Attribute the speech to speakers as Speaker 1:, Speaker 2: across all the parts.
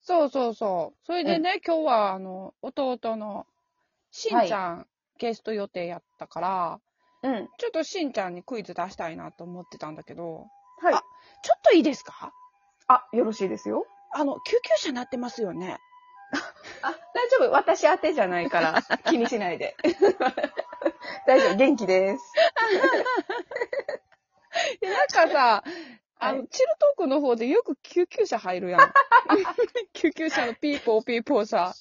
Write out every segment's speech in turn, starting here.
Speaker 1: そうそうそう。それでね、今日は、あの、弟の、しんちゃん、ゲスト予定やったから、
Speaker 2: うん。
Speaker 1: ちょっとしんちゃんにクイズ出したいなと思ってたんだけど、
Speaker 2: はい。
Speaker 1: ちょっといいですか
Speaker 2: あ、よろしいですよ。
Speaker 1: あの、救急車なってますよね。
Speaker 2: あ、大丈夫。私宛てじゃない から、気にしないで。大丈夫。元気です。
Speaker 1: でなんか さ、あ
Speaker 2: は
Speaker 1: の、チルトークの方でよく救急車入る やん。救急車のピーポーピーポー さ。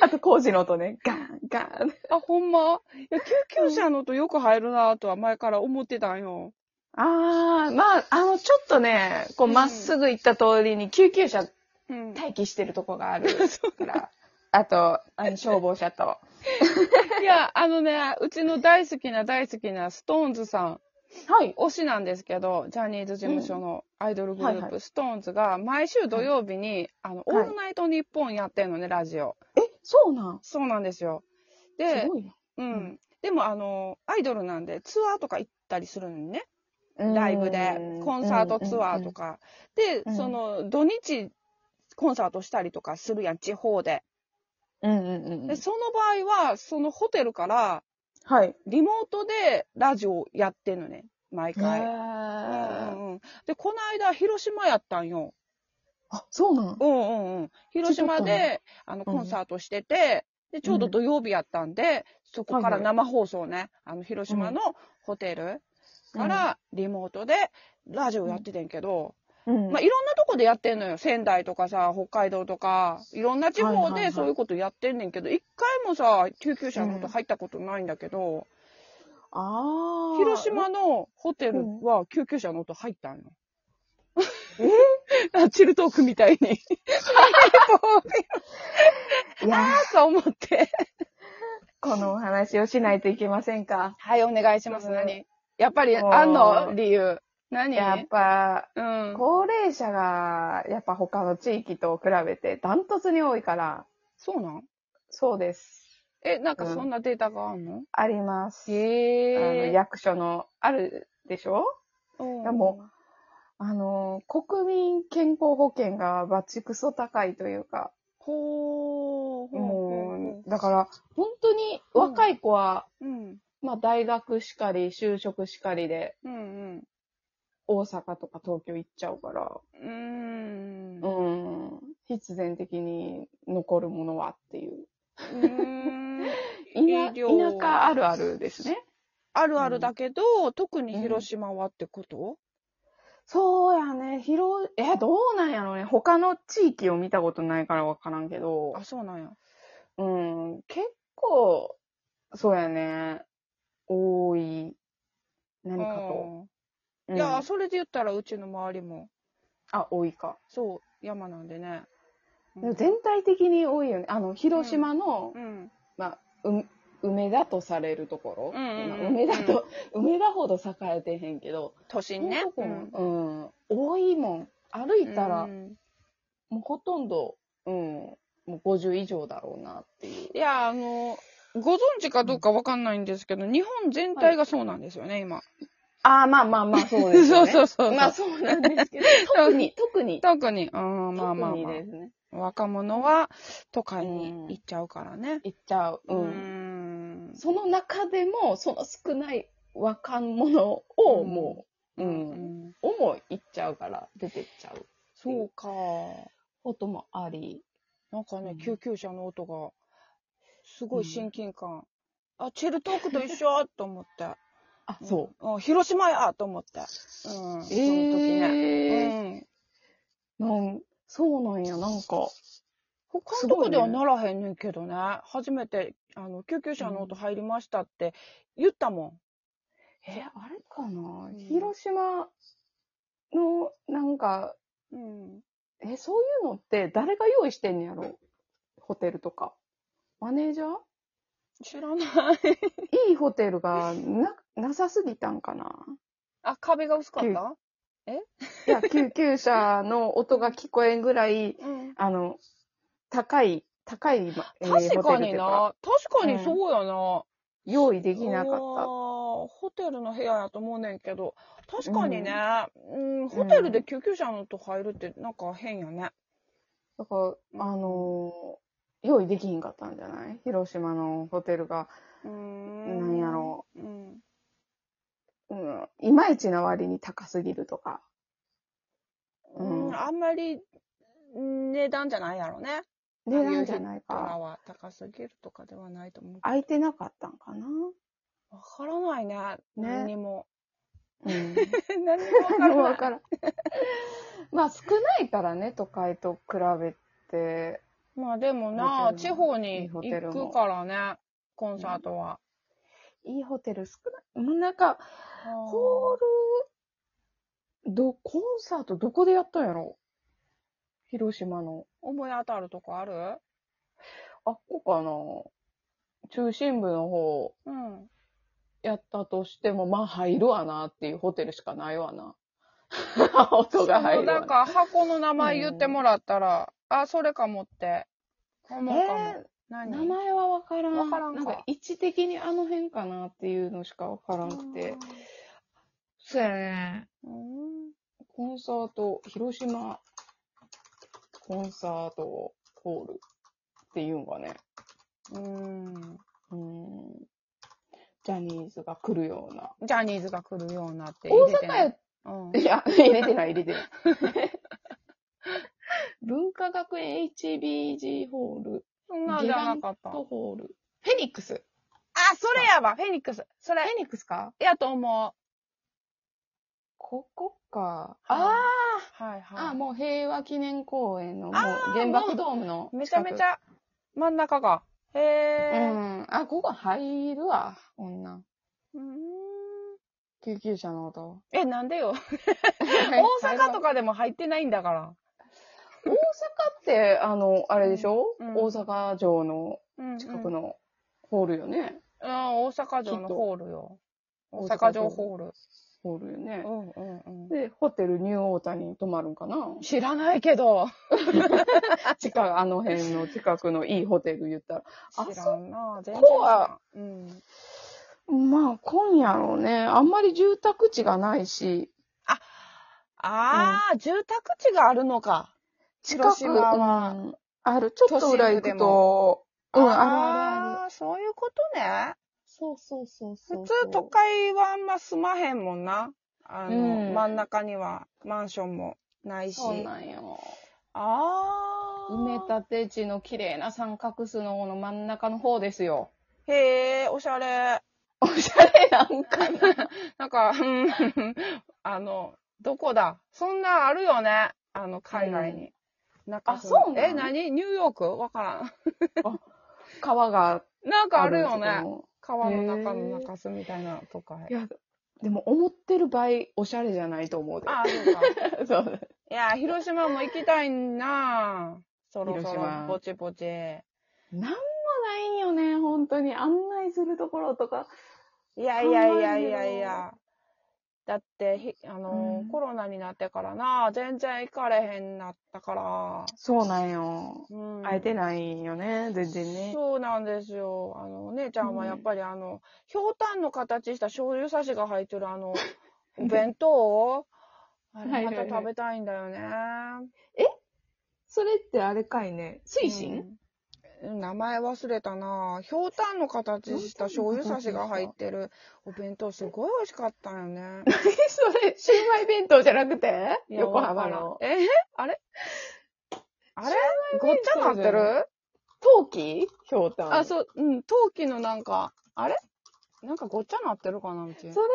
Speaker 2: あと、工事の音ね。ガン、ガン。
Speaker 1: あ、ほんまいや、救急車のとよく入るなとは前から思ってたんよ。
Speaker 2: あー、まあ、あの、ちょっとね、こう、
Speaker 1: うん
Speaker 2: まっすぐ行った通りに、救急車
Speaker 1: うん。
Speaker 2: 待機してるとこがある から、あと、あの消防車と。
Speaker 1: いや、あのね、うちの大好きな大好きなストーンズさん、
Speaker 2: はい。
Speaker 1: 推しなんですけど、ジャニーズ事務所のアイドルグループ、
Speaker 2: はいは
Speaker 1: ストーンズが、毎週土曜日に、あの、オ
Speaker 2: はい
Speaker 1: ールナイトニッポンやってんのね、ラジオ。
Speaker 2: え、そうなん
Speaker 1: そうなんですよ。
Speaker 2: す
Speaker 1: で、
Speaker 2: ごいな。
Speaker 1: うん。でも、あの、アイドルなんで、ツアーとか行ったりするのにね、ライブで、コンサートツアーとか。
Speaker 2: か。う
Speaker 1: で、
Speaker 2: ん
Speaker 1: その、土日、コンサートしたりとかするやん、地方で。
Speaker 2: うんうんうんう
Speaker 1: で、
Speaker 2: ん。
Speaker 1: その場合は、そのホテルから、
Speaker 2: はい。
Speaker 1: リモートでラジオやってんのね、毎
Speaker 2: へ
Speaker 1: 回。うん
Speaker 2: ー
Speaker 1: うんうん、で、この間、広島やったんよ。
Speaker 2: あ、そうなん
Speaker 1: うんうんうん。広島で、あの、
Speaker 2: うん
Speaker 1: コンサートしてて、で、ちょうど土曜日やったんで、そこから生放送ね、あの、広島のホテルから、リモートで、ラジオやっててんけど、
Speaker 2: うん
Speaker 1: まあ、いろんなとこでやってんのよ。仙台とかさ、北海道とか、いろんな地
Speaker 2: はい
Speaker 1: 方
Speaker 2: はいは
Speaker 1: で
Speaker 2: い
Speaker 1: そういうことやってんねんけど、一回もさ、救急車のこと入ったことないんだけど、
Speaker 2: ああ。
Speaker 1: 広島のホテルは救急車の音入ったんよ。え チルトークみたいに。
Speaker 2: いや、
Speaker 1: そう思って。
Speaker 2: このお話をしないといけませんか。
Speaker 1: はい、お願いします。
Speaker 2: うん
Speaker 1: 何やっぱり、
Speaker 2: もう
Speaker 1: あんの理由。何
Speaker 2: やっぱ、
Speaker 1: うん。
Speaker 2: 高齢者が、やっぱ他の地域と比べてダントツに多いから、
Speaker 1: そうなん
Speaker 2: そうです。
Speaker 1: え、なんか
Speaker 2: うん
Speaker 1: そんなデータがあんの
Speaker 2: あります。あの
Speaker 1: へえ。
Speaker 2: 役所の、あるでしょ
Speaker 1: うん
Speaker 2: やもあの、国民健康保険がバチクソ高いというか、
Speaker 1: ほー。
Speaker 2: もう、だから、本当に若い子は、
Speaker 1: う。うん。
Speaker 2: まあ大学しかり、就職しかりで、
Speaker 1: うんうん。
Speaker 2: 大阪とか東京行っちゃうから、
Speaker 1: うーん。う
Speaker 2: うん、必然的に残るものはっていう。
Speaker 1: ーん。
Speaker 2: 田
Speaker 1: 医療
Speaker 2: 田舎あるあるですね。
Speaker 1: あるあるだけど、特に広島はってこと
Speaker 2: そうやね。広い、え、どうなんやろうね。他の地域を見たことないからわからんけど
Speaker 1: あ、、そうなんや。
Speaker 2: うん、結構、そうやね。多い。何か
Speaker 1: う
Speaker 2: と。
Speaker 1: んいや、それで言ったらうちの周りも、
Speaker 2: あ、多いか。
Speaker 1: そう、山なんでね。
Speaker 2: でも全体的に多いよね。あの、広島の、
Speaker 1: うん。
Speaker 2: まあ、う梅田とされるところ。
Speaker 1: うんうんうん
Speaker 2: まあ梅田と、梅田ほど栄えてへんけど、
Speaker 1: 都心ね。
Speaker 2: そういうとこもうん、多いもん。歩いたら、
Speaker 1: うん
Speaker 2: もうほとんど、うん、もう50以上だろうなっていう。
Speaker 1: いや、あの、ご存知かどうかわかんないんですけど、日本全体がそうなんですよね、今。
Speaker 2: ああ、まあまあ まあ、そうです
Speaker 1: そ
Speaker 2: よ
Speaker 1: う
Speaker 2: ね。
Speaker 1: そうそう。
Speaker 2: まあ そうなんですけど、特に、特に、
Speaker 1: 特に、うん、まあまあ
Speaker 2: 特に
Speaker 1: ま
Speaker 2: ですね。
Speaker 1: あ。若者は都会に行っちゃうからね。
Speaker 2: 行っちゃう。
Speaker 1: う
Speaker 2: うん。
Speaker 1: ん。
Speaker 2: その中でも、その少ない若者
Speaker 1: う
Speaker 2: を、
Speaker 1: ん
Speaker 2: もう、うん、
Speaker 1: うん
Speaker 2: をも行っちゃうから、出てっちゃう
Speaker 1: そうか。
Speaker 2: こともあり。
Speaker 1: なんかね、
Speaker 2: うん
Speaker 1: 救急車の音が、すごい
Speaker 2: うん
Speaker 1: 親近感。あ、チェルトークと一緒と思って。
Speaker 2: あ、そう。
Speaker 1: うん。うん広島やと思って。うん。その時ね。
Speaker 2: ええ
Speaker 1: うん。
Speaker 2: なん、そうなんや、なんか。
Speaker 1: 他
Speaker 2: す
Speaker 1: のと
Speaker 2: ご
Speaker 1: こ
Speaker 2: い
Speaker 1: で
Speaker 2: ね
Speaker 1: はならへんねんけどね。初めて、あの、救急車の音入りましたって言ったも
Speaker 2: え、あれかな、
Speaker 1: ん
Speaker 2: 広島の、なんか、
Speaker 1: ん。うん。
Speaker 2: え、そういうのって誰が用意してんねやろホテルとか。マネージャー
Speaker 1: 知らない。
Speaker 2: いいホテルがな、なさすぎたんかな
Speaker 1: あ、壁が薄かった
Speaker 2: いや、 救急車の音が聞こえんぐらい、
Speaker 1: うん。
Speaker 2: あの、高い、高い、まえ
Speaker 1: 確
Speaker 2: ーホ
Speaker 1: か
Speaker 2: テルって
Speaker 1: に
Speaker 2: いうか
Speaker 1: な。確かにそうやな。
Speaker 2: 用意できなか
Speaker 1: うわ
Speaker 2: っ
Speaker 1: ーホテルの部屋やと思うねんけど、確かにね、うん、
Speaker 2: ん
Speaker 1: ホテルで救急車の音入るってなんか変やね。
Speaker 2: だから、あのー用意できひんかったんじゃない広島のホテルが、
Speaker 1: うーん
Speaker 2: なんやろ
Speaker 1: う。うん。
Speaker 2: う、うん、いまいちな割に高すぎるとか。うん
Speaker 1: うん、あんまり値段じゃないやろね。
Speaker 2: 値段じゃない
Speaker 1: ドラ
Speaker 2: か。
Speaker 1: は高すぎるとかではないと思う。
Speaker 2: 空いてなかったんかな
Speaker 1: わからないね。何にも。
Speaker 2: うん。
Speaker 1: 何にもわから
Speaker 2: 何も
Speaker 1: な
Speaker 2: わ
Speaker 1: い。
Speaker 2: からん。 まあ少ないからね、都会と比べて。
Speaker 1: まあでもな、
Speaker 2: ホテ
Speaker 1: 地
Speaker 2: ルも
Speaker 1: 方
Speaker 2: いい
Speaker 1: に
Speaker 2: ホテルも
Speaker 1: 行くからね、コンサートは。
Speaker 2: いいホテル少ない。もうなんか、ホール、ど、コンサートどこでやったんやろ広島の。
Speaker 1: 思い当たるとこある
Speaker 2: あっこかな中心部の方
Speaker 1: うん。
Speaker 2: やったとしても、まあ入るわなっていうホテルしかないわな。 音が入
Speaker 1: そのな
Speaker 2: るわなん
Speaker 1: か箱の名前言ってもらったら、あ、それかもって。思うかも。
Speaker 2: えー
Speaker 1: 何
Speaker 2: 名前はわからん。
Speaker 1: わからんか
Speaker 2: なんか位置的にあの辺かなっていうのしかわからなくて。そうやね。
Speaker 1: うん。
Speaker 2: コンサート、広島コンサートホールっていうんかね。
Speaker 1: うん。
Speaker 2: うん。ジャニーズが来るような。
Speaker 1: ジャニーズが来るようになって
Speaker 2: 大
Speaker 1: 入れて
Speaker 2: 阪
Speaker 1: ない
Speaker 2: や
Speaker 1: うん
Speaker 2: いや、入れてない、入れてない。 文化学園 HBG ホール、
Speaker 1: そんなんじゃなかった。
Speaker 2: とホール、フェニックス。フ
Speaker 1: あ、それやわ、フェニックス。それ、
Speaker 2: ェニックスか
Speaker 1: やと思
Speaker 2: ここか。
Speaker 1: は
Speaker 2: あ
Speaker 1: う。はい
Speaker 2: あ、あ
Speaker 1: は
Speaker 2: もう平和記念公園の、もう
Speaker 1: あー
Speaker 2: 原爆ドームの
Speaker 1: い。めちゃめち
Speaker 2: ゃ。
Speaker 1: ゃ、真ん中が。へ
Speaker 2: う
Speaker 1: え。
Speaker 2: ん。あ、ここ入るわ、女。
Speaker 1: うん。
Speaker 2: 救急車の音。
Speaker 1: え、なんでよ。
Speaker 2: 大
Speaker 1: 大阪と
Speaker 2: か。
Speaker 1: かでも入ってないんだから。
Speaker 2: 大阪って、あの、あれでしょ、
Speaker 1: うん
Speaker 2: 大阪城の
Speaker 1: うん
Speaker 2: 近くのホールよね。
Speaker 1: うん、大阪城のホールよ。大阪城ホール。
Speaker 2: ホールよね。
Speaker 1: うんうんう
Speaker 2: で、ホテルニューオータニに泊まるんかな
Speaker 1: 知らないけど。
Speaker 2: 近く、あの 辺の近くのいいホテル言ったら。あ
Speaker 1: 知らんな。全然
Speaker 2: こは
Speaker 1: 知らん。うん。
Speaker 2: まあ、今夜のね、あんまり住宅地がないし、
Speaker 1: ああ、住宅地があるのか。
Speaker 2: 近
Speaker 1: 広
Speaker 2: く、
Speaker 1: 島
Speaker 2: う
Speaker 1: は。
Speaker 2: んある。ちょっと裏行くと、うん、あるあるある。
Speaker 1: あーそういうことね。
Speaker 2: そうそうそう
Speaker 1: 普
Speaker 2: そう。
Speaker 1: 通都会はあんま住まへんもんな。あの、
Speaker 2: うん
Speaker 1: 真ん中にはマンションもないし。
Speaker 2: そうなんよ。
Speaker 1: ああ。
Speaker 2: 埋め立て地の綺麗な三角巣の方の真ん中の方ですよ。
Speaker 1: へえ、おしゃれ。
Speaker 2: おしゃれなんかな。
Speaker 1: なんか、うん、 あの、どこだそんなんあるよね。あの、海外に。なんか
Speaker 2: あそうなの
Speaker 1: え、何ニューヨークわからん。
Speaker 2: 川が
Speaker 1: なんかあるよ
Speaker 2: と
Speaker 1: ね
Speaker 2: こ。の
Speaker 1: 川の中の中州みたいなとか。
Speaker 2: いや、でも思ってる倍おしゃれじゃないと思うで。
Speaker 1: あ、そうか。
Speaker 2: そう。
Speaker 1: いや、広島も行きたいなぁそろそ
Speaker 2: 広
Speaker 1: ろ
Speaker 2: 島、
Speaker 1: ぼちぼち。
Speaker 2: なんもないんよね、本当に。案内するところとか。
Speaker 1: いやいやいやいやいや。だって、ひあのー
Speaker 2: うん
Speaker 1: コロナになってからな、全然行かれへんなったから。
Speaker 2: そうなんよ。
Speaker 1: うん。
Speaker 2: 会えてないんよね、全然ね。
Speaker 1: そうなんですよ。あの、お姉ちゃんは
Speaker 2: うん
Speaker 1: やっぱりあの、ひょうたんの形した醤油差しが入ってるあ の、お弁当を、あれ
Speaker 2: はい
Speaker 1: ま
Speaker 2: はいは
Speaker 1: た
Speaker 2: い
Speaker 1: 食べたいんだよね。
Speaker 2: それってあれかいね。水
Speaker 1: うん名前忘れたなぁ。ひょうたんの形した醤油差しが入ってるお弁当すごい美味しかったよね。
Speaker 2: それ、シューマイ弁当じゃなくて
Speaker 1: いや
Speaker 2: 横浜
Speaker 1: わからん
Speaker 2: の。
Speaker 1: えあれあれごっ
Speaker 2: 弁
Speaker 1: ちゃ
Speaker 2: 当
Speaker 1: なっ
Speaker 2: じゃない
Speaker 1: てる
Speaker 2: 陶器ひょうたん。
Speaker 1: あ、そう、うん、陶器のなんか、あれなんかごっちゃなってるかな、うち。
Speaker 2: それは、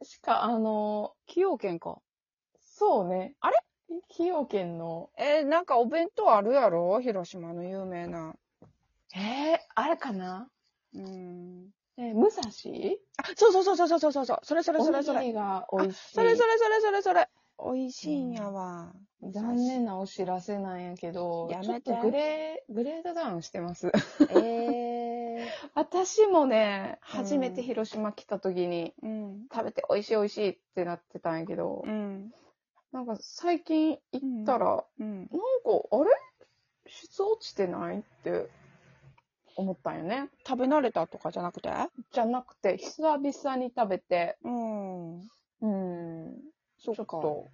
Speaker 2: 確か、あの、
Speaker 1: 崎陽軒か。
Speaker 2: そうね。
Speaker 1: あれ
Speaker 2: 崎陽軒の。
Speaker 1: えーなんかお弁当あるやろ広島の有名な。
Speaker 2: えー、あれかな
Speaker 1: うん。
Speaker 2: えー武蔵
Speaker 1: あ、そうそうそうそうそうそうそう。それそれそれそ
Speaker 2: おに
Speaker 1: れ。
Speaker 2: ぎりが美味しい。
Speaker 1: それそれそれそれそれ。美味しいんやわ。
Speaker 2: 残念なお知らせなんやけど、
Speaker 1: や
Speaker 2: ちょ
Speaker 1: め
Speaker 2: ってとグレー、グレードダウンしてます。
Speaker 1: ええ
Speaker 2: 私もね、
Speaker 1: うん
Speaker 2: 初めて広島来た時に、
Speaker 1: ー。うん。
Speaker 2: 食べて美味しい美味しいってなってたんやけど、
Speaker 1: うん。
Speaker 2: なんか最近行ったら、なんか、
Speaker 1: うん。
Speaker 2: あれ質落ちてないって思ったんよね。
Speaker 1: 食べ慣れたとかじゃなくて
Speaker 2: じゃなくて、久々に食べて、
Speaker 1: うん。
Speaker 2: うん、
Speaker 1: そっ
Speaker 2: ちょ
Speaker 1: か。
Speaker 2: っと、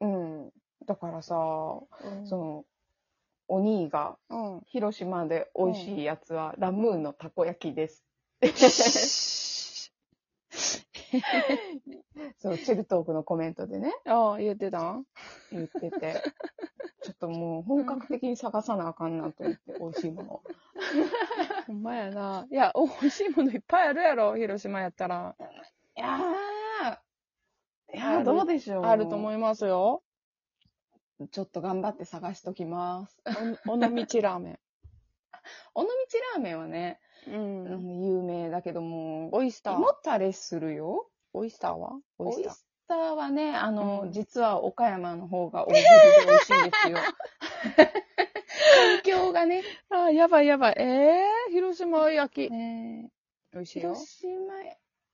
Speaker 2: うん。だからさ、
Speaker 1: うん
Speaker 2: その、お兄が、
Speaker 1: うん。
Speaker 2: 広島で美味しいやつは、ラムーのたこ焼き です。そう、チルトークのコメントでね、
Speaker 1: ああ、言ってた
Speaker 2: 言ってて、ちょっともう本格的に探さなあかんなと思って、美味しいものを。
Speaker 1: ほんまやな。いや、美味しいものいっぱいあるやろ、広島やったら。
Speaker 2: いやー、い
Speaker 1: あ
Speaker 2: やー
Speaker 1: る
Speaker 2: どうでしょう。
Speaker 1: あると思いますよ。
Speaker 2: ちょっと頑張って探しときます。
Speaker 1: お尾道ラーメ
Speaker 2: 尾道ラーメンはね、
Speaker 1: ン。うん。
Speaker 2: 有名だけども、
Speaker 1: オイスター
Speaker 2: 胃。もたれするよ。
Speaker 1: オイスターは
Speaker 2: オ
Speaker 1: オ
Speaker 2: イ
Speaker 1: イスター。
Speaker 2: スターはね、あの、
Speaker 1: うん
Speaker 2: 実は岡山の方が大ぶりで 美味しいんですよ。環境がね、
Speaker 1: ああ、やばいやばい。ええ広島焼き。
Speaker 2: ね
Speaker 1: 美味しいよ
Speaker 2: 広。島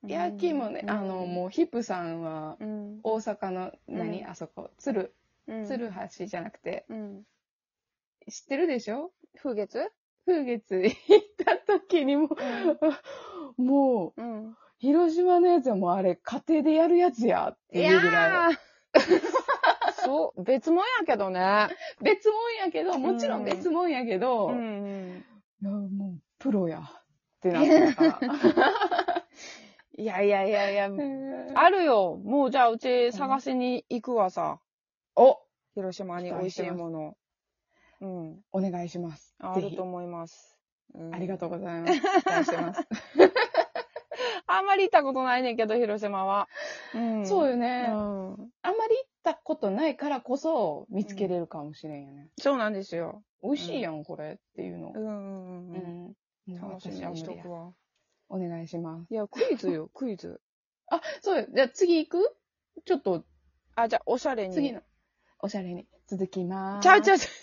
Speaker 2: 焼きもね、あの、もうヒップさんは、
Speaker 1: うん。
Speaker 2: 大阪の、何、
Speaker 1: うん
Speaker 2: あそこ、鶴、
Speaker 1: うん。
Speaker 2: 鶴橋じゃなくて、
Speaker 1: うん。
Speaker 2: 知ってるでしょ
Speaker 1: 風月
Speaker 2: 風月行った時にもう、 もう、
Speaker 1: うん。
Speaker 2: 広島のやつはもうあれ、家庭でやるやつやっていうぐらい。
Speaker 1: ー そう、別もんやけどね。
Speaker 2: 別もんやけど、もちろん別もんやけど、
Speaker 1: ん。
Speaker 2: いや、もう、プロや。ってなったから。
Speaker 1: いやいやいやいや、
Speaker 2: あ
Speaker 1: あるよ。もうじゃあうち探しに行くわさ。
Speaker 2: お、
Speaker 1: 広島に美味しいもの。うん。
Speaker 2: お願いします。
Speaker 1: あ
Speaker 2: ぜ
Speaker 1: る
Speaker 2: ひ
Speaker 1: と。思います。うん
Speaker 2: ありがとうございます。期待してます。
Speaker 1: あんまり行ったことないねんけど、広島は。うん
Speaker 2: そう
Speaker 1: よ
Speaker 2: よね、あんま
Speaker 1: うん。
Speaker 2: り行ったことないからこそ見つけれるかもしれんよね。
Speaker 1: そうなんですよ。
Speaker 2: 美味しいやん、これっていうの
Speaker 1: う。んうんうん。
Speaker 2: うん
Speaker 1: 楽しみにしとくわ。
Speaker 2: お願いします。
Speaker 1: いや、クイズよ、クイズ。
Speaker 2: あ、そうよ。じゃあ次行くちょっと、
Speaker 1: あ、じゃあ、おしゃれに。
Speaker 2: 次の、おしゃれに。続きまーす。
Speaker 1: ちゃうちゃうちゃう。